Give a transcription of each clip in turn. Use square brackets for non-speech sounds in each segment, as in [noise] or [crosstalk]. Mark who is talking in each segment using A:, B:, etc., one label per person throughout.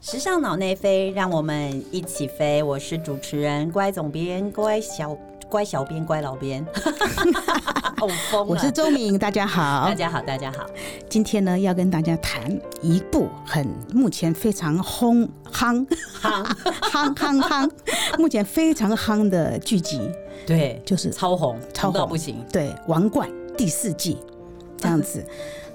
A: 时尚脑内飞，让我们一起飞。我是主持人乖总编乖小乖小编乖老编，
B: [laughs]
A: 我疯了。
B: 我是周明，大家好
A: 大。家好，大家好，
B: 今天呢，要跟大家谈一部很目前非常轰夯夯夯夯，目前非常夯的剧集，
A: 对，
B: 就是
A: 超红，
B: 超
A: 红到
B: 红
A: 不行。
B: 对《王冠》第四季这样子。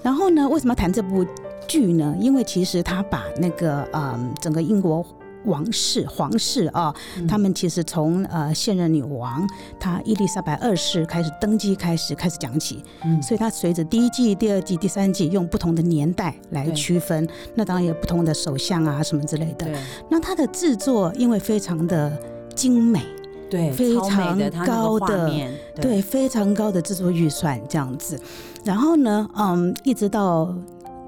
B: 然后呢，为什么要谈这部剧呢？因为其实他把那个嗯，整个英国。王室、皇室啊，
A: 嗯
B: 他们其实从呃现任女王她伊丽莎白二世开始登基开始开始讲起，
A: 嗯
B: 所以它随着第一季、第二季、第三季用不同的年代来
A: 对
B: 区分，那当然有不同的首相啊什么之类的。
A: 对
B: 那它的制作因为非常的精美，
A: 对，
B: 非
A: 超美的，它
B: 常
A: 那个
B: 高
A: 画
B: 的
A: 面，
B: 对，非常高的制作预算这样子。然后呢，嗯，一直到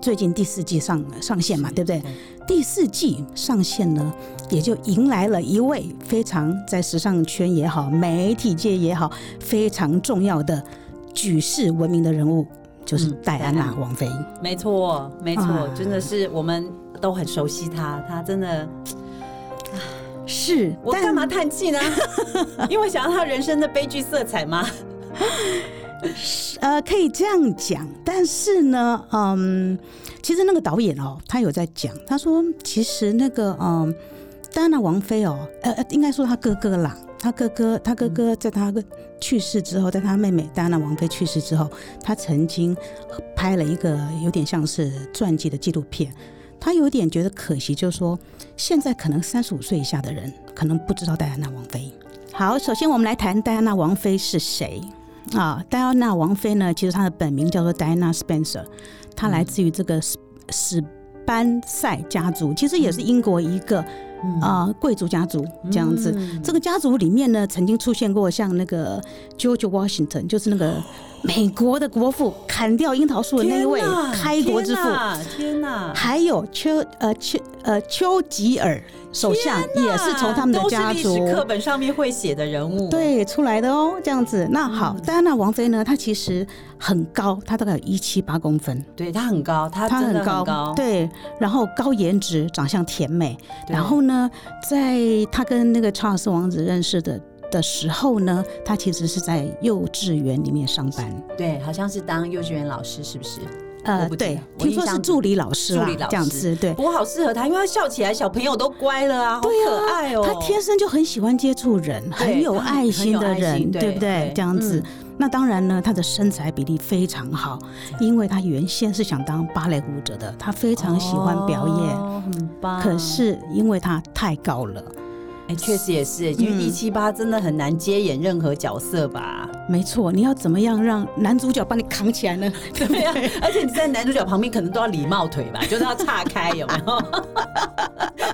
B: 最近第四季上上线嘛，对不对？第四季上线呢，也就迎来了一位非常在时尚圈也好、媒体界也好非常重要的举世闻名的人物，就是
A: 嗯
B: 戴安
A: 戴
B: 娜
A: 安
B: 王妃。
A: 没错，没错，
B: 啊
A: 真的是我们都很熟悉他，他真的，
B: 是，
A: 我
B: 但
A: 干嘛叹气
B: [laughs]
A: 呢？因为想要他人生的悲剧色彩吗？
B: 呃，可以这样讲，但是呢，嗯，其实那个导演哦，他有在讲，他说其实那个嗯，戴安娜王妃哦，呃，呃应该说他哥哥啦，他哥哥，他哥哥在他去世之后，在他妹妹戴安娜王妃去世之后，他曾经拍了一个有点像是传记的纪录片。他有点觉得可惜，就是说，现在可能三十五岁以下的人可能不知道戴安娜王妃。好，首先我们来谈戴安娜王妃是谁。啊，戴安娜王妃呢，其实她的本名叫做 Diana Spencer，她来自于这个史史班塞家族，其实也是英国一个
A: 嗯
B: 啊、呃贵族家族这样子。这个家族里面呢，曾经出现过像那个 George Washington，就是那
A: 哦
B: 个美国的国父砍掉樱桃树的那一位
A: 天哪
B: 开国之父，
A: 天哪天哪！
B: 还有丘呃丘呃丘吉尔首相也是从他们的家
A: 都
B: 族
A: 是历史课本上面会写的人物。，
B: 对出来的哦，这样子。那好，戴安娜王妃呢？她其实很高，她大概有一七八公分，
A: 对他很高，他
B: 她
A: 真的
B: 高，
A: 高。
B: 对，然后高颜值，长相甜美。
A: 对，
B: 然后呢，在她跟那个查尔斯王子认识的的时候呢，她其实是在幼稚园里面上班，
A: 对，好像是当幼稚园老师，是不是？我
B: 呃，
A: 不记得
B: 对，
A: 我
B: 听
A: 印
B: 说是
A: 象
B: 助理老师啦
A: 助理老，
B: 这样
A: 师
B: 子，对。
A: 不过好适合他，因为他笑起来，小朋友都乖了啊，好可爱哦。
B: 他天生就很喜欢接触人，很有爱心的
A: 很有爱
B: 人，
A: 心
B: 对
A: 对
B: 不
A: 对嗯
B: 对？这样子，那当然呢，他的身材比例非常好，因为他原先是想当芭蕾舞者的，他非常喜欢表演。
A: 哦很棒。
B: 可是因为他太高了，
A: 哎，确实也
B: 嗯
A: 是，因为一七八真的很难接演任何角色
B: [laughs]
A: 吧？
B: 没错，你要怎么样让男主角帮你扛起来呢？对不
A: 对啊
B: 对？，
A: 而且你在男主角旁边可能都要礼貌腿吧，就是要岔开，有没有？ [laughs]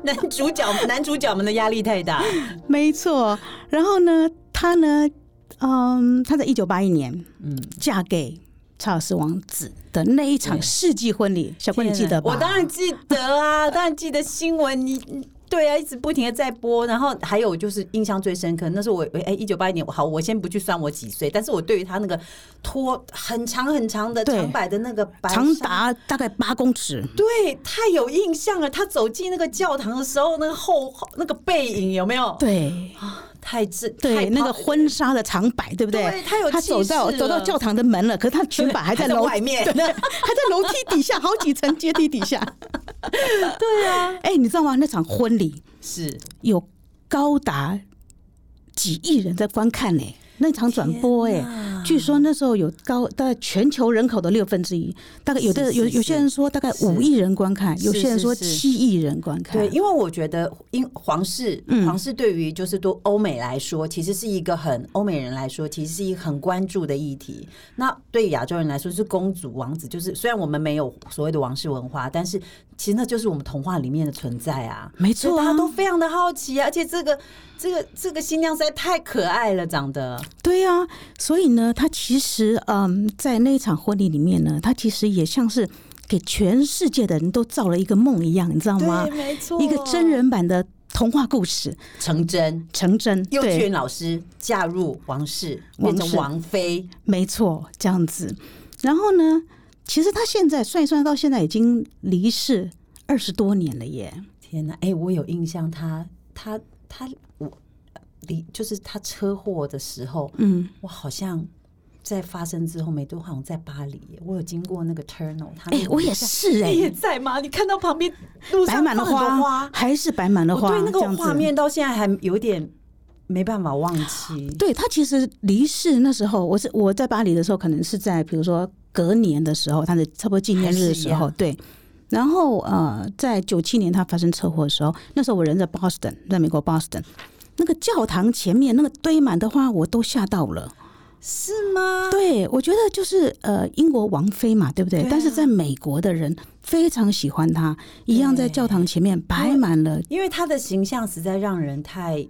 A: 男主角男主角们的压力太大，
B: 没错。然后呢，他呢，嗯，他在一九八一年
A: 嗯，
B: 嫁给查尔斯王子的那一场
A: 对
B: 世纪婚礼，小关你记
A: 天哪
B: 得吧？
A: 啊我当然记得
B: [laughs]
A: 啊，当然记得新闻，你你对啊，一直不停的在播。然后还有就是印象最深刻，那是我哎一九八一年，好，我先不去算我几岁，但是我对于他那个拖很长很长的
B: 对
A: 长摆的那个白
B: 长
A: 纱
B: 达大概八公尺。
A: 对，太有印象了。他走进那个教堂的时候，那个后后那个背影有没有？
B: 对
A: 啊太真太
B: 对，那个
A: 胖
B: 婚纱的长摆，对不
A: 对他有
B: 他走到
A: 气势
B: 走到
A: 了
B: 教堂的门了，可是他裙摆还在
A: 在 [laughs]
B: 楼
A: 外面
B: 对还在楼梯底下，好几层阶梯底下。
A: [laughs] 对啊，
B: 哎，你知道吗？那场婚礼
A: 是
B: 有高达几亿人在观看呢、那场转播哎、
A: 天啊哪
B: 据说那时候有高大概全球人口的六分之一，大概有的
A: 是是
B: 有
A: 是
B: 有些人说大概
A: 是
B: 五亿人观看，有
A: 是
B: 些人
A: 是
B: 说
A: 是
B: 七亿人观看。
A: 对，因为我觉得英皇室，
B: 嗯
A: 皇室对于就是多欧美来说，其实是一个很欧美人来说，其实是一个很关注的议题。那对亚洲人来说，是公主王子，就是虽然我们没有所谓的王室文化，但是其实那就是我们童话里面的存在
B: [laughs]
A: 啊。
B: 没
A: 所以
B: 错、
A: 大
B: 啊，
A: 家都非常的好奇、啊，而且这个这个这个新娘实在太可爱了，长得
B: 对呀、所以呢，他其实嗯，在那一场婚礼里面呢，他其实也像是给全世界的人都造了一个梦一样，你知道吗？
A: 没错
B: 一个真人版的童话故事
A: 成真。
B: 成真，
A: 幼稚
B: 对
A: 园，老师嫁入王室，
B: 王
A: 变
B: 室
A: 成王妃，
B: 没错，这样子。然后呢，其实他现在算一算到现在已经离世二十多年了耶，
A: 天哪，哎、我有印象他，他他我离就是他车祸的时候，
B: 嗯，
A: 我好像在发生之后没多久，好像在巴黎耶，我有经过那个 Tunnel，他
B: 哎、
A: 那个
B: 我
A: 楼
B: 也
A: 下，
B: 是
A: [laughs]
B: 哎、
A: 你也在吗？你看到旁边路
B: 摆
A: 上
B: 满了
A: 放很多
B: 花，还是摆满了
A: 我
B: 花，
A: 对那
B: 这样
A: 个
B: 子
A: 画面到现在还有点没办法忘记。
B: 对他其实离世那时候，我是我在巴黎的时候，可能是在比如说隔年的时候，他的差不多纪念日的时
A: 还是一
B: 候，
A: 样
B: 对。然后呃，在九七年他发生车祸的时候，那时候我人在 Boston，在美国 Boston，那个教堂前面那个堆满的花，我都吓到了。
A: 是吗？
B: 对，我觉得就是呃，英国王妃嘛，对不
A: 啊
B: 对？
A: 对啊
B: 但是在美国的人非常喜欢她，一样在
A: 对
B: 教堂前面摆满了
A: 因为他的形象实在让人太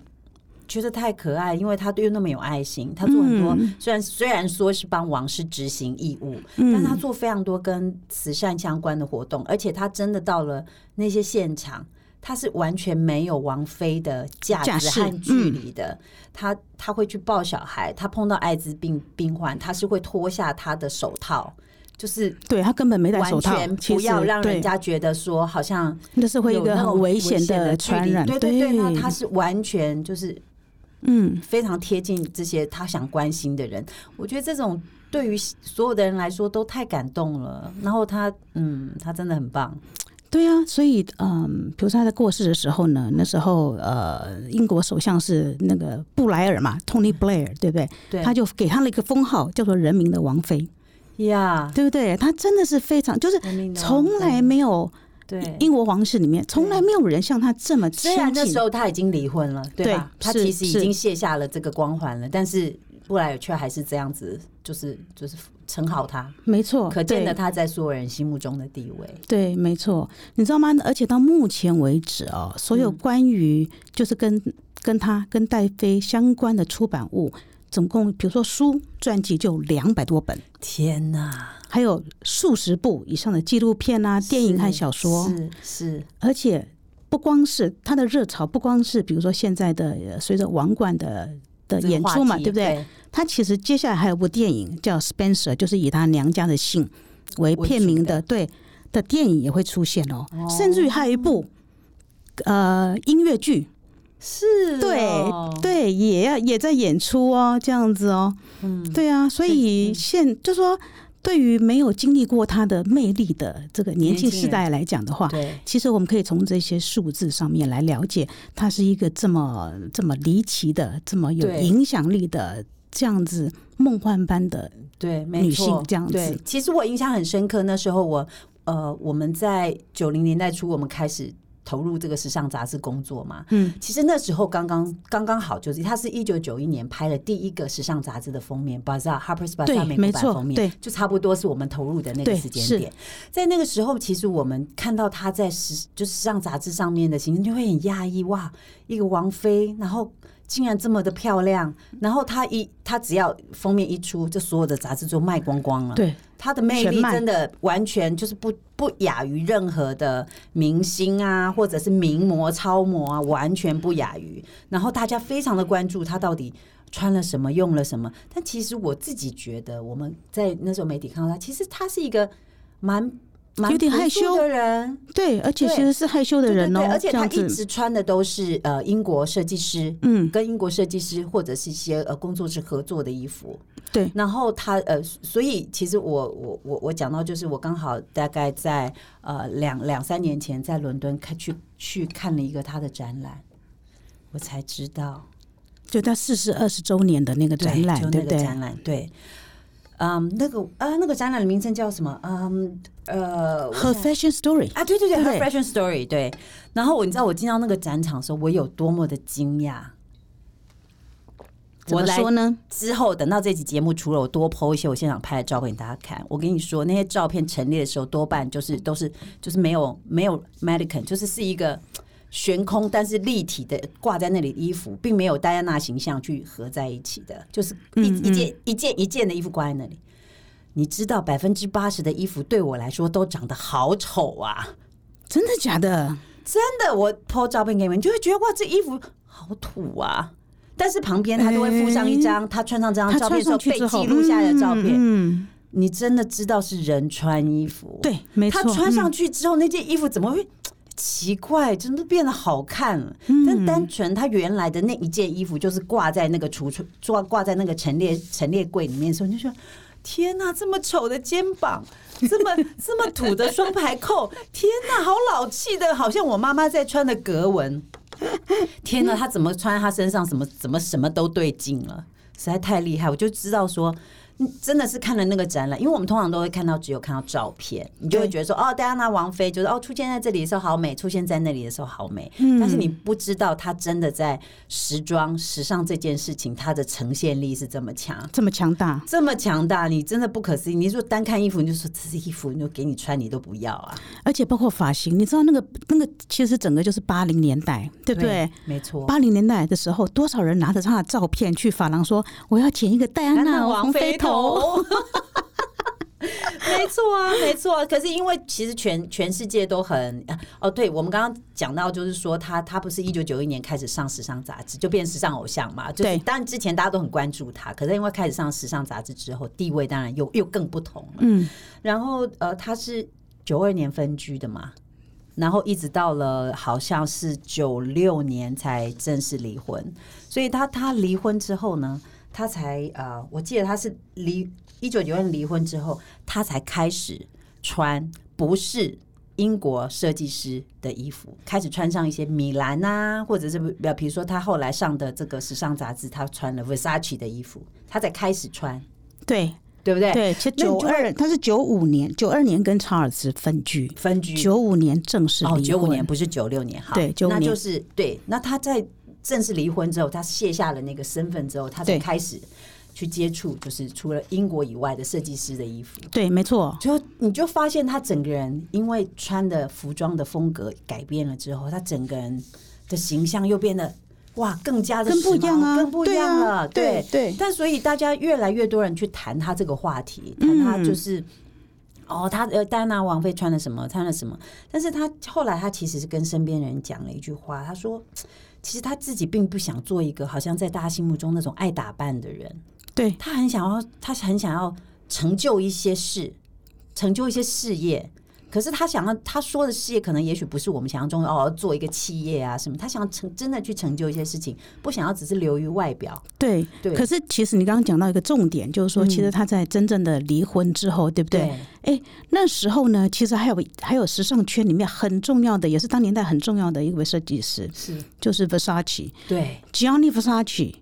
A: 觉得太可爱，因为他又那么有爱心，他做很多、
B: 嗯
A: 虽然虽然说是帮王室执行义务，
B: 嗯
A: 但他做非常多跟慈善相关的活动，而且他真的到了那些现场。他是完全没有王菲的架
B: 架
A: 子
B: 势
A: 和距
B: 嗯
A: 离的，他他会去抱小孩，他碰到艾滋病病患，他是会脱下他的手套，就是
B: 对他根本没戴手
A: 完
B: 套，
A: 全
B: 其
A: 不
B: 实
A: 要让
B: 对
A: 人家觉得说好像
B: 那是会一
A: 有
B: 个
A: 那
B: 很
A: 种
B: 危险
A: 的
B: 的
A: 距
B: 传
A: 离
B: 染，
A: 对对对，那他是完全就是
B: 嗯，
A: 非常贴近这些他想关心的人。我觉得这种对于所有的人来说都太感动了。然后他，嗯，他真的很棒。
B: 对啊，所以嗯，比如说他在过世的时候呢，那时候呃，英国首相是那个布莱尔嘛，Tony Blair，对不对？
A: 对，
B: 他就给他了一个封号，叫做“人民的王妃
A: 呀”，，
B: 对不对？他真的是非常，就是
A: 人民的
B: 从来没有
A: 对。
B: 英国王室里面从来没有人像他这么亲
A: 虽然那
B: 近
A: 时。候他已经离婚了，对吧？
B: 对
A: 他
B: 是
A: 其实已
B: 是
A: 经卸下了这个光环了，但是布莱尔却还是这样子，就是就是称号他，
B: 没错，
A: 可见
B: 哦对
A: 的他在所有人心目中的地位。
B: 对，没错，你知道吗？而且到目前为止哦，所
A: 嗯
B: 有关于就是跟、跟他跟戴妃相关的出版物，总共比如说书、传记就两百多本，
A: 天哪！
B: 还有数十部以上的纪录片啊、电影和
A: 是
B: 小说，
A: 是是，
B: 而且。不光是它的热潮，不光是比如说现在的呃随着王冠的的
A: 这个
B: 演
A: 话
B: 出嘛，
A: 题
B: 对不对？？它其实接下来还有部电影叫《Spencer》，就是以他娘家的姓为片名的，
A: 为
B: 对的电影也会出现哦。
A: 哦
B: 甚至于还有一部呃音乐剧，
A: 是
B: 对
A: 哦，
B: 对，也要也在演出哦，这样子哦。
A: 嗯，
B: 对啊，所以现就说对于没有经历过他的魅力的这个年轻
A: 年轻人
B: 世代来讲的话。
A: 对，
B: 其实我们可以从这些数字上面来了解，他是一个这么这么离奇的、这么有
A: 对
B: 影响力的这样子梦幻般的
A: 对，没
B: 女
A: 错
B: 性这样子
A: 对，其实我印象很深刻，那时候我呃，我们在九零年代初，我们开始投入这个时尚杂志工作嘛。
B: 嗯，
A: 其实那时候刚刚刚刚好，就是它是一九九一年拍的第一个时尚杂志的封面，Bazaar Harper's
B: 对
A: Bazaar 美
B: 没
A: 国
B: 错
A: 版封面，
B: 对
A: 就差不多是我们投入的那个
B: 对
A: 时
B: 是
A: 间点。在那个时候，其实我们看到她在时就是时尚杂志上面的形象，就会很讶异哇，一个王妃，然后竟然这么的漂亮，然后她一她只要封面一出，就所有的杂志就卖光光了。
B: 对，
A: 她的魅
B: 全
A: 力
B: 卖
A: 真的完全就是不不亚于任何的明星啊，或者是名模、超模啊，完全不亚于。然后大家非常的关注她到底穿了什么，用了什么。但其实我自己觉得，我们在那时候媒体看到她，其实她是一个蛮蛮
B: 有点害羞
A: 朴素的人，
B: 对，而且
A: 对
B: 其实是害羞的人哦，
A: 对对对而且
B: 这
A: 他
B: 样
A: 一
B: 子，
A: 直穿的都是呃英国设计师。
B: 嗯，
A: 跟英国设计师或者是一些呃工作室合作的衣服，
B: 对，
A: 然后他呃，所以其实我我我我讲到就是我刚好大概在呃两两三年前在伦敦看去去看了一个他的展览，我才知道
B: 就在四十二十周年的那个展览，
A: 就
B: 对
A: 那
B: 不
A: 个
B: 对？
A: 展览对，嗯，那个啊那个展览的名称叫什么？嗯呃，我
B: 和 Fashion Story，
A: 啊，对对对，
B: 对不
A: 《
B: 对
A: Her Fashion Story》对。然后我你知道我进到那个展场的时候，我有多么的惊讶。
B: 怎
A: 我
B: 么
A: 来
B: 说呢？
A: 之后，等到这期节目出了，我多 PO 一些我现场拍的照片给大家看。我跟你说，那些照片陈列的时候，多半就是都是就是没有没有 mannequin，就是是一个悬空但是立体的挂在那里的衣服，并没有戴安娜形象去合在一起的，就是一
B: 嗯嗯
A: 一件一件一件的衣服挂在那里。你知道百分之八十的衣服对我来说都长得好丑啊！
B: 真的假的？
A: 真的，我 po 照片给你们，你就会觉得哇，这衣服好土啊！但是旁边他都会附上一张、他穿上这张
B: 他
A: 照片的时
B: 穿
A: 候
B: 上去
A: 被
B: 之后，
A: 记录下来的照片，
B: 嗯，嗯
A: 你真的知道是人穿衣服。，
B: 对，没错，
A: 他穿
B: 嗯
A: 上去之后，那件衣服怎么会？奇怪，真的变得好看了。
B: 嗯
A: 但单纯他原来的那一件衣服，就是挂在那个橱窗，挂挂在那个陈列陈列柜里面的时候，你就说。天呐，这么丑的肩膀，这么这么土的双排扣， [laughs] 天呐，好老气的，好像我妈妈在穿的格纹。天呐，她怎么穿她身上什么怎么什么都对劲了，实在太厉害。我就知道说，嗯真的是看了那个展览，因为我们通常都会看到只有看到照片，你就会
B: 对
A: 觉得说，哦，戴安娜王妃就是哦，出现在这里的时候好美，出现在那里的时候好美。
B: 嗯
A: 但是你不知道她真的在时装时尚这件事情，她的呈现力是这么强。
B: 这么强大，
A: 这么强大，你真的不可思议。你说单看衣服，你就说这是衣服，你就给你穿，你都不要啊，
B: 而且包括发型，你知道那个那个其实整个就是八零年代，对不对？？
A: 没错。
B: 八零年代的时候，多少人拿着他的照片去发廊说：“我要剪一个戴安娜王妃头。，
A: [laughs] 没错啊，没错啊。可是因为其实全全世界都很哦，对我们刚刚讲到，就是说他他不是一九九一年开始上时尚杂志，就变时尚偶像嘛。就是
B: 对
A: 当然之前大家都很关注他，可是因为开始上时尚杂志之后，地位当然又又更不同了”。
B: 嗯，
A: 然后呃，他是九二年分居的嘛，然后一直到了好像是九六年才正式离婚，所以他他离婚之后呢，他才呃，我记得他是离一九九二年离婚之后，他才开始穿不是。英国设计师的衣服，开始穿上一些米兰啊，或者是呃，比如说他后来上的这个时尚杂志，他穿了 Versace 的衣服，他才开始穿，
B: 对
A: 对不对？
B: 对，其实
A: 那
B: 九
A: 你就会
B: 二他是九五年，九二年跟查尔斯分居，
A: 分居
B: 九五年正式离
A: 哦，
B: 婚。
A: 九五年不是九六年哈，
B: 对95
A: 那
B: 年
A: 就是对。那他在正式离婚之后，他卸下了那个身份之后，他才
B: 对
A: 开始去接触，就是除了英国以外的设计师的衣服。
B: 对，没错，
A: 就你就发现他整个人，因为穿的服装的风格改变了之后，他整个人的形象又变得哇，更加的
B: 更不一样啊，
A: 更不一样了，
B: 对啊对
A: 但所以大家越来越多人去谈他这个话题，谈他就是。哦，他呃，戴安娜王妃穿了什么？穿了什么？但是他后来他其实是跟身边人讲了一句话，他说，其实他自己并不想做一个好像在大家心目中那种爱打扮的人，
B: 对
A: 他很想要，他很想要成就一些事，成就一些事业。可是他想要他说的事业，可能也许不是我们想象中的哦，做一个企业啊什么。他想要成真的去成就一些事情，不想要只是流于外表。
B: 对
A: 对
B: 可是其实你刚刚讲到一个重点，就是说，
A: 嗯
B: 其实他在真正的离婚之后，对不对？那时候呢，其实还有还有时尚圈里面很重要的，也是当年代很重要的一位设计师，
A: 是，
B: 就是 Versace
A: 对，
B: Gianni Versace，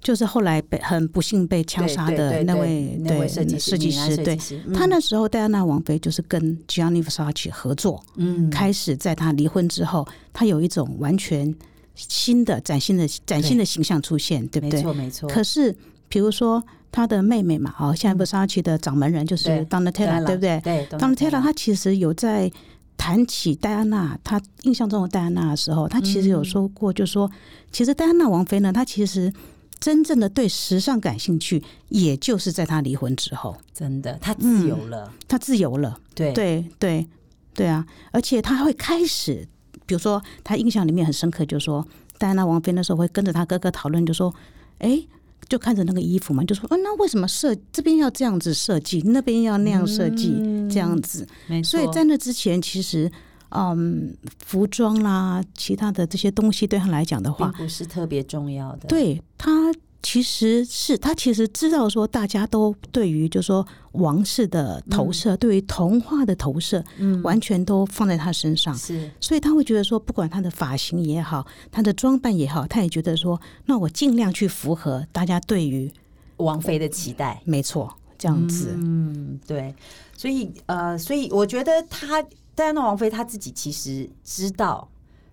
B: 就是后来被很不幸被枪杀
A: 对对
B: 的
A: 对
B: 那
A: 对
B: 位
A: 那位设计
B: 设
A: 师，
B: 计
A: 米兰
B: 师，
A: 设
B: 对
A: 计。师，嗯
B: 他那时候戴安娜王妃就是跟 Gianni Versace 合作，
A: 嗯，嗯，
B: 开始在他离婚之后，他有一种完全新的、崭新的、崭新的形象出现，对不
A: 没
B: 对？
A: 错没错，
B: 可是，比如说他的妹妹嘛，哦，现在 Versace 的掌门人就是
A: 嗯对
B: Donatella，对不对
A: 对
B: ？Donatella 她其实有在谈起戴安娜，她印象中的戴安娜的时候，她其实有
A: 嗯
B: 说过，就说、其实戴安娜王妃呢，她其实真正的对时尚感兴趣，也就是在她离婚之后，
A: 真的，他自由了，
B: 她自由了。
A: 对
B: 嗯对对对啊！而且他会开始，比如说他印象里面很深刻，就是说戴安娜王妃那时候会跟着他哥哥讨论，就说：“哎，就看着那个衣服嘛，就说，哦，那为什么设这边要这样子设计，那边要那样设计，这样子？”
A: 没错，
B: 所以在那之前，其实。嗯，服装啦，其他的这些东西对他来讲的
A: 并
B: 话，
A: 不是特别重要的，
B: 对他其实是他其实知道说，大家都对于就是说王室的投射，对于童话的投射，
A: 嗯
B: 完全都放在他身上，
A: 是
B: 所以他会觉得说，不管他的发型也好，他的装扮也好，他也觉得说，那我尽量去符合大家对于
A: 王菲的期待。
B: 没错这样子，
A: 嗯，对，所以呃，所以我觉得她戴安娜王妃她自己其实知道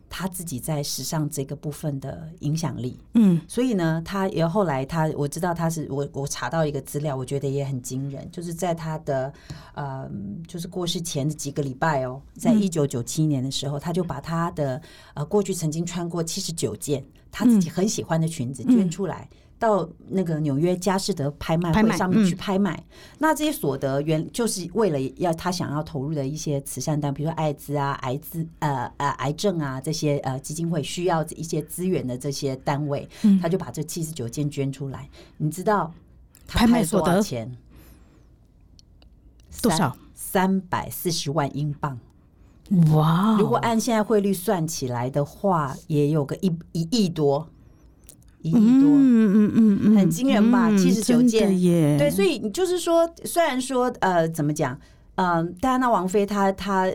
A: 她自己在时尚这个部分的影响力，
B: 嗯，
A: 所以呢，她也后来她我知道她是我我查到一个资料，我觉得也很惊人，就是在她的呃，就是过世前的几个礼拜哦，在
B: 嗯
A: 一九九七年的时候，她就把她的呃过去曾经穿过七十九件她自己
B: 嗯
A: 很喜欢的裙子捐出来。到那个纽约佳士得拍卖
B: 拍
A: 会
B: 卖
A: 上面
B: 嗯
A: 去拍卖，那这些所得原就是为了要他想要投入的一些慈善单，比如说艾滋啊、癌资呃呃癌症啊这些呃基金会需要一些资源的这些单位，
B: 嗯
A: 他就把这七十九件捐出来。你知道他
B: 拍卖
A: 拍了多
B: 所
A: 少
B: 得
A: 钱？
B: 多少？
A: 三百四十万英镑，
B: 哇哦，
A: 如果按现在汇率算起来的话，也有个一一亿多，一亿多。
B: 嗯嗯嗯嗯，
A: 很惊人吧
B: 嗯
A: 79
B: 真的
A: 件
B: 耶，
A: 对，所以你就是说，虽然说呃，怎么讲，嗯、戴安娜王妃她她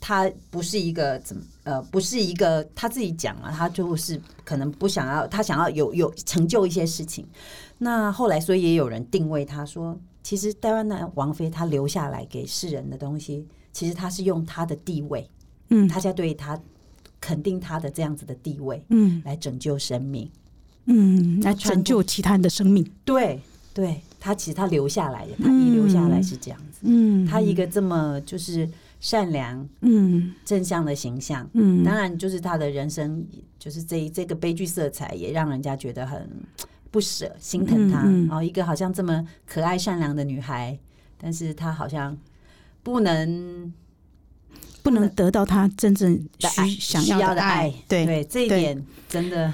A: 她不是一个怎么呃，不是一个她自己讲了，她就是可能不想要，她想要有有成就一些事情。那后来，所以也有人定位她说，其实戴安娜王妃她留下来给世人的东西，其实她是用她的地位，
B: 嗯
A: 大家对她肯定她的这样子的地位
B: 嗯
A: 来拯救生命。
B: 嗯，来
A: 穿
B: 拯救其他人的生命，
A: 对，对她其实她留下来的，她遗留下来是这样子。
B: 嗯，
A: 他一个这么就是善良
B: 嗯
A: 正向的形象，
B: 嗯
A: 当然就是他的人生，就是这这个悲剧色彩也让人家觉得很不舍、心疼他。
B: 嗯嗯
A: 然后一个好像这么可爱善良的女孩，但是她好像不能
B: 不能得到他真正
A: 的爱
B: 需想
A: 需要
B: 的
A: 的
B: 爱，对
A: 对这一
B: 对
A: 点真的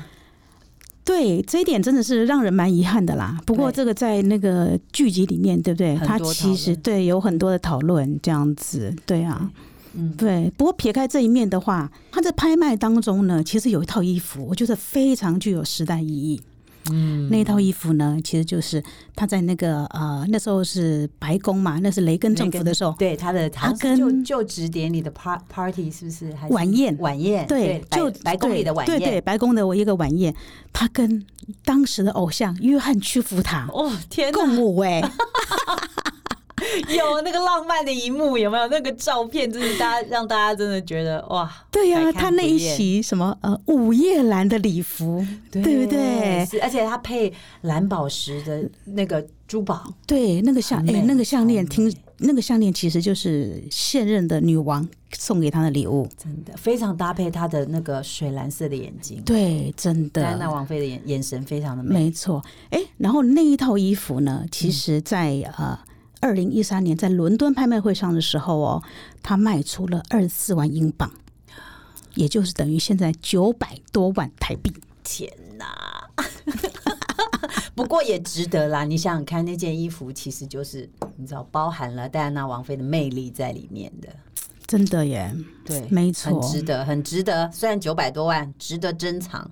B: 对，这一点真的是让人蛮遗憾的啦。不过
A: 对
B: 这个在那个剧集里面，对不对？
A: 很多
B: 他
A: 讨论
B: 其实对有很多的讨论，这样子，对啊，
A: 嗯
B: 对。不过撇开这一面的话，他在拍卖当中呢，其实有一套衣服，我觉得非常具有时代意义。
A: 嗯
B: 那一套衣服呢，其实就是他在那个呃那时候是白宫嘛，那是雷根政府的时候，
A: 对他的好像
B: 哦他
A: 是
B: 跟
A: 就就职典礼的 par- party 是不是还是
B: 晚宴
A: 晚宴
B: 对，
A: 白
B: 就
A: 白宫里的晚宴
B: 对对，白宫的我一个晚宴，他跟当时的偶像约翰屈服他
A: 哦天
B: [laughs]
A: 哪！
B: 共舞
A: [laughs]
B: 哎、
A: 有那个浪漫的一幕，有没有那个照片？就是大家让大家真的觉得哇，
B: 对呀、
A: 百看
B: 他那一
A: 不厌
B: 袭什么呃午夜蓝的礼服，
A: 对
B: 对不对
A: 是，而且它配蓝宝石的那个珠宝，
B: 对那个项
A: 很
B: 哎、
A: 美
B: 那个项链，
A: 很
B: 听
A: 美
B: 那个项链其实就是现任的女王送给他的礼物。
A: 真的非常搭配她的那个水蓝色的眼睛，
B: 对，真
A: 戴安娜
B: 的。
A: 王妃的眼眼神非常的美。
B: 没错，哎，然后那一套衣服呢，其实
A: 嗯
B: 在、呃二零一三年在伦敦拍卖会上的时候哦，它卖出了二十四万英镑，也就是等于现在九百多万台币。
A: 天哪！ [laughs] 不过也值得啦，你想想看，那件衣服其实就是你知道包含了戴安娜王妃的魅力在里面的，
B: 真的耶，
A: 对，
B: 没错
A: 很，值得，很值得。虽然九百多万，值得珍藏。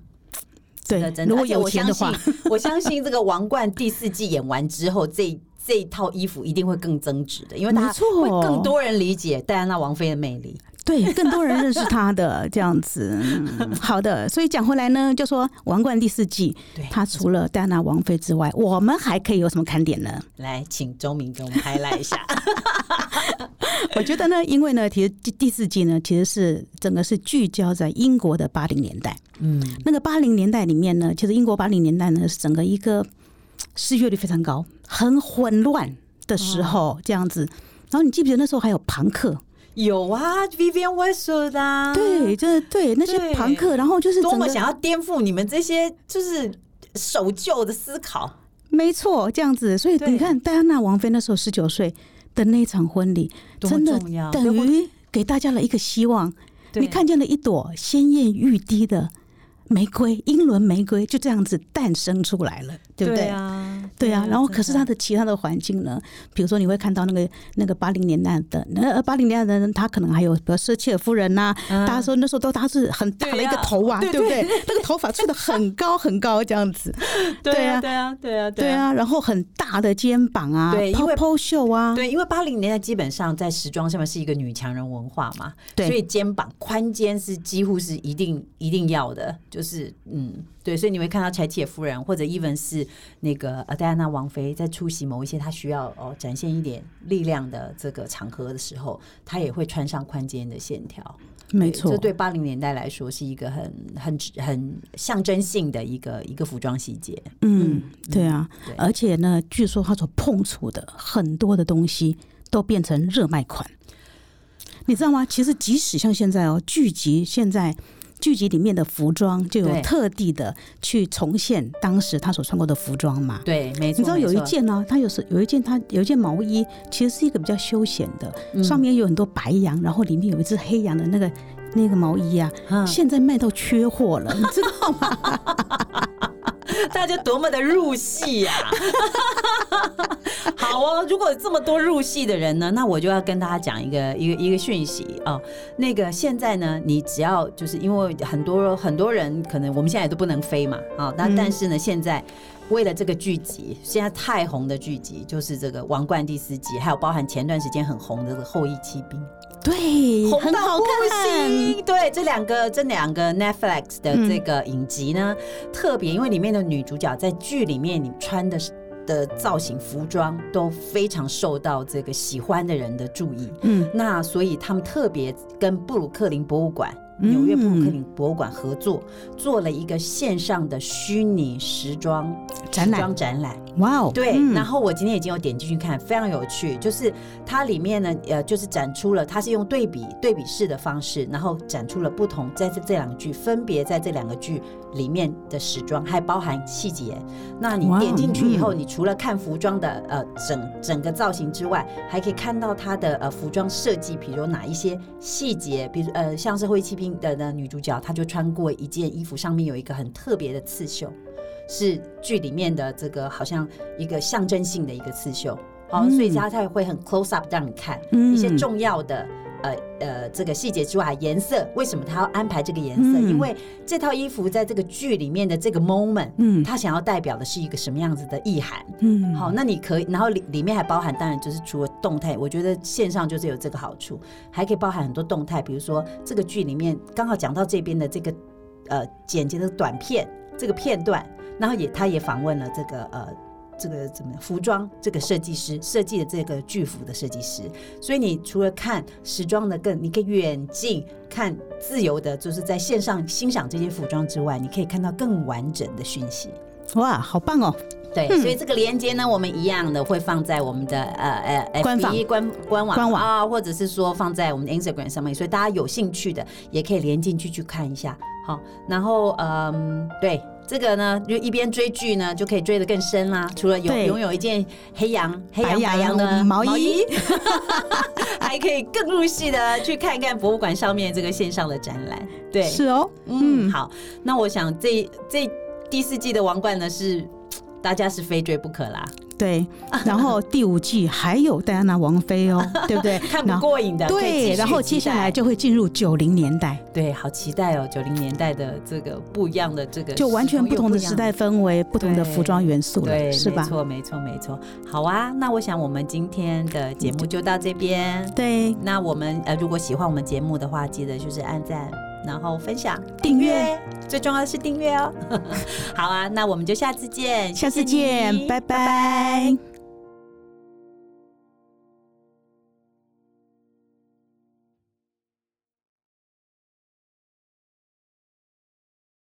B: 对
A: 的，真的，
B: 如果
A: 而且
B: 有
A: 我
B: 钱
A: 相
B: 的
A: 信
B: 话，
A: [laughs] 我相信这个《王冠》第四季演完之后，这这一套衣服一定会更增值的，因为
B: 没
A: 大家
B: 错
A: 会更多人理解戴安娜王妃的魅力。
B: 对，更多人认识
A: [laughs]
B: 他的这样子。嗯好的，所以讲回来呢，就说《王冠》第四季，
A: 对，
B: 它除了戴安娜王妃之外，我们还可以有什么看点呢？
A: 来，请周明给我们 highlight 一
B: [laughs]
A: 下。
B: 我觉得呢，因为呢，其实第第四季呢，其实是整个是聚焦在英国的八零年代。
A: 嗯，
B: 那个八零年代里面呢，其实英国八零年代呢是整个一个失业率非常高、很混乱的时
A: 嗯
B: 候，这样子。然后你记不记得那时候还有朋克？
A: 有啊，Vivian Westwood 啊，
B: 对，，就是对那些
A: 对
B: 朋克，然后就是
A: 多
B: 整
A: 么
B: 个
A: 想要颠覆你们这些就是守旧的思考。
B: 没错，这样子。所以
A: 对
B: 你看，戴安娜王妃那时候十九岁的那一场婚礼，
A: 多
B: 真的
A: 重要
B: 等于给大家了一个希望。
A: 对
B: 你看见了一朵鲜艳欲滴的玫瑰，英伦玫瑰就这样子诞生出来了，对不对？
A: 啊，
B: 对啊，然后可是
A: 真
B: 它的其他的环境呢，比如说你会看到那个那个八零年代的，那呃八零年代的人，他可能还有比如说切尔夫人呐、
A: 嗯
B: 大家说那时候都他是很大的一个
A: 对啊
B: 头啊，
A: 对
B: 不对？那个头发吹得很高很高这样子，对
A: [laughs] 对
B: 啊
A: 啊，对啊，对啊，
B: 对。啊，然后很大的肩膀啊，
A: 对因为
B: 抛袖啊，
A: 对，因为八零年代基本上在时装上面是一个女强人文化嘛，
B: 对
A: 所以肩膀宽肩是几乎是一定一定要的，就是嗯，对，所以你会看到柴铁夫人或者 even 是那个呃戴安娜王妃在出席某一些她需要哦展现一点力量的这个场合的时候，她也会穿上宽肩的线条，
B: 没
A: 对
B: 错
A: 这，对八零年代来说是一个很很很象征性的一个一个服装细节，
B: 嗯
A: 嗯，
B: 对啊，
A: 对
B: 而且呢，据说他所碰触的很多的东西都变成热卖款，你知道吗？其实即使像现在哦，剧集现在。剧集里面的服装就有
A: 对
B: 特地的去重现当时他所穿过的服装嘛。
A: 对，没错，
B: 你知道有
A: 没
B: 一
A: 错
B: 件呢、它有时有一件它有一件毛衣，其实是一个比较休闲的，
A: 嗯
B: 上面有很多白羊，然后里面有一只黑羊的那个那个毛衣啊，
A: 嗯
B: 现在卖到缺货了，你知道吗？
A: [laughs] 大家多么的入戏呀、 [laughs] 好哦，如果有这么多入戏的人呢，那我就要跟大家讲一个一个一个讯息啊、那个现在呢，你只要就是因为很多很多人可能我们现在也都不能飞嘛啊、那但是呢，现在。为了这个剧集，现在太红的剧集就是这个《王冠》第四集，还有包含前段时间很红的这个《后羿骑兵》。
B: [laughs] 对，
A: 红
B: 很
A: 到
B: 好
A: 不
B: 看。
A: 行。对，这两个这两个 Netflix 的这个影集呢，特别因为里面的女主角在剧里面你穿的的造型、服装都非常受到这个喜欢的人的注意。
B: 嗯，
A: 那所以他们特别跟布鲁克林博物馆。
B: 嗯
A: 纽约布鲁克林博物馆合作做了一个线上的虚拟时装
B: 展览
A: 时装展览，
B: 哇哦，
A: 对，
B: 嗯
A: 然后我今天已经有点进去看，非常有趣。就是它里面呢，呃，就是展出了，它是用对比对比式的方式，然后展出了不同在这这两个剧分别在这两个剧里面的时装，还包含细节。那你
B: 哇
A: 点进去以后，你除了看服装的呃整整个造型之外，还可以看到它的呃服装设计，比如哪一些细节，比如呃像是《灰骑兵》的的女主角，她就穿过一件衣服，上面有一个很特别的刺绣。是剧里面的这个好像一个象征性的一个刺绣，好、
B: 嗯
A: 所以它才会很 close up 让你看、
B: 嗯
A: 一些重要的。呃呃，这个细节之外，颜色为什么他要安排这个颜色？
B: 嗯
A: 因为这套衣服在这个剧里面的这个 moment，
B: 嗯
A: 他想要代表的是一个什么样子的意涵？
B: 嗯，
A: 好，那你可以，然后里里面还包含，当然就是除了动态，我觉得线上就是有这个好处，还可以包含很多动态，比如说这个剧里面刚好讲到这边的这个呃简洁的短片这个片段，然后也他也访问了这个呃。这个怎么样服装这个设计师设计的这个剧服的设计师，所以你除了看时装的更，你可以远近看自由的，就是在线上欣赏这些服装之外，你可以看到更完整的讯息。
B: 哇，好棒哦！
A: 对，所以这个链接呢，我们一样的会放在我们的呃呃
B: 官
A: FB 官
B: 网
A: 官网
B: 官网
A: 啊，或者是说放在我们的 Instagram 上面，所以大家有兴趣的也可以连进去去看一下。好，然后嗯，对。这个呢，就一边追剧呢，就可以追得更深啦。除了有
B: 对
A: 拥有一件黑羊、黑
B: 白
A: 羊、白羊
B: 羊
A: 的
B: 毛
A: 衣 [laughs]
B: 衣，
A: 还可以更入戏的去看看博物馆上面这个线上的展览。对，
B: 是哦，
A: 嗯，
B: 嗯
A: 好，那我想这这第四季的王冠呢是大家是非追不可啦， [laughs]
B: 对。然后第五季还有戴安娜王妃哦，对不对？
A: [laughs] 看
B: 然
A: 不
B: 后
A: 过瘾的。可以继
B: 对，
A: 续
B: 然后
A: 期
B: 接下
A: 待
B: 来就会进入九零年代，
A: 对，好期待哦，九零年代的这个不一样的这个
B: 就完全
A: 时空
B: 不
A: 又
B: 同的
A: 一样
B: 时代氛围，不同的服装元素
A: 对，
B: 了，是
A: 没
B: 吧？
A: 错，没错，没错。好啊，那我想我们今天的节目就到这边。
B: 对，
A: 那我们呃，如果喜欢我们节目的话，记得就是按赞，然后分享、
B: 订阅，
A: 最重要的是 [laughs] 订阅哦。好啊，那我们就下次见，
B: 下次
A: 谢谢你
B: 见，拜拜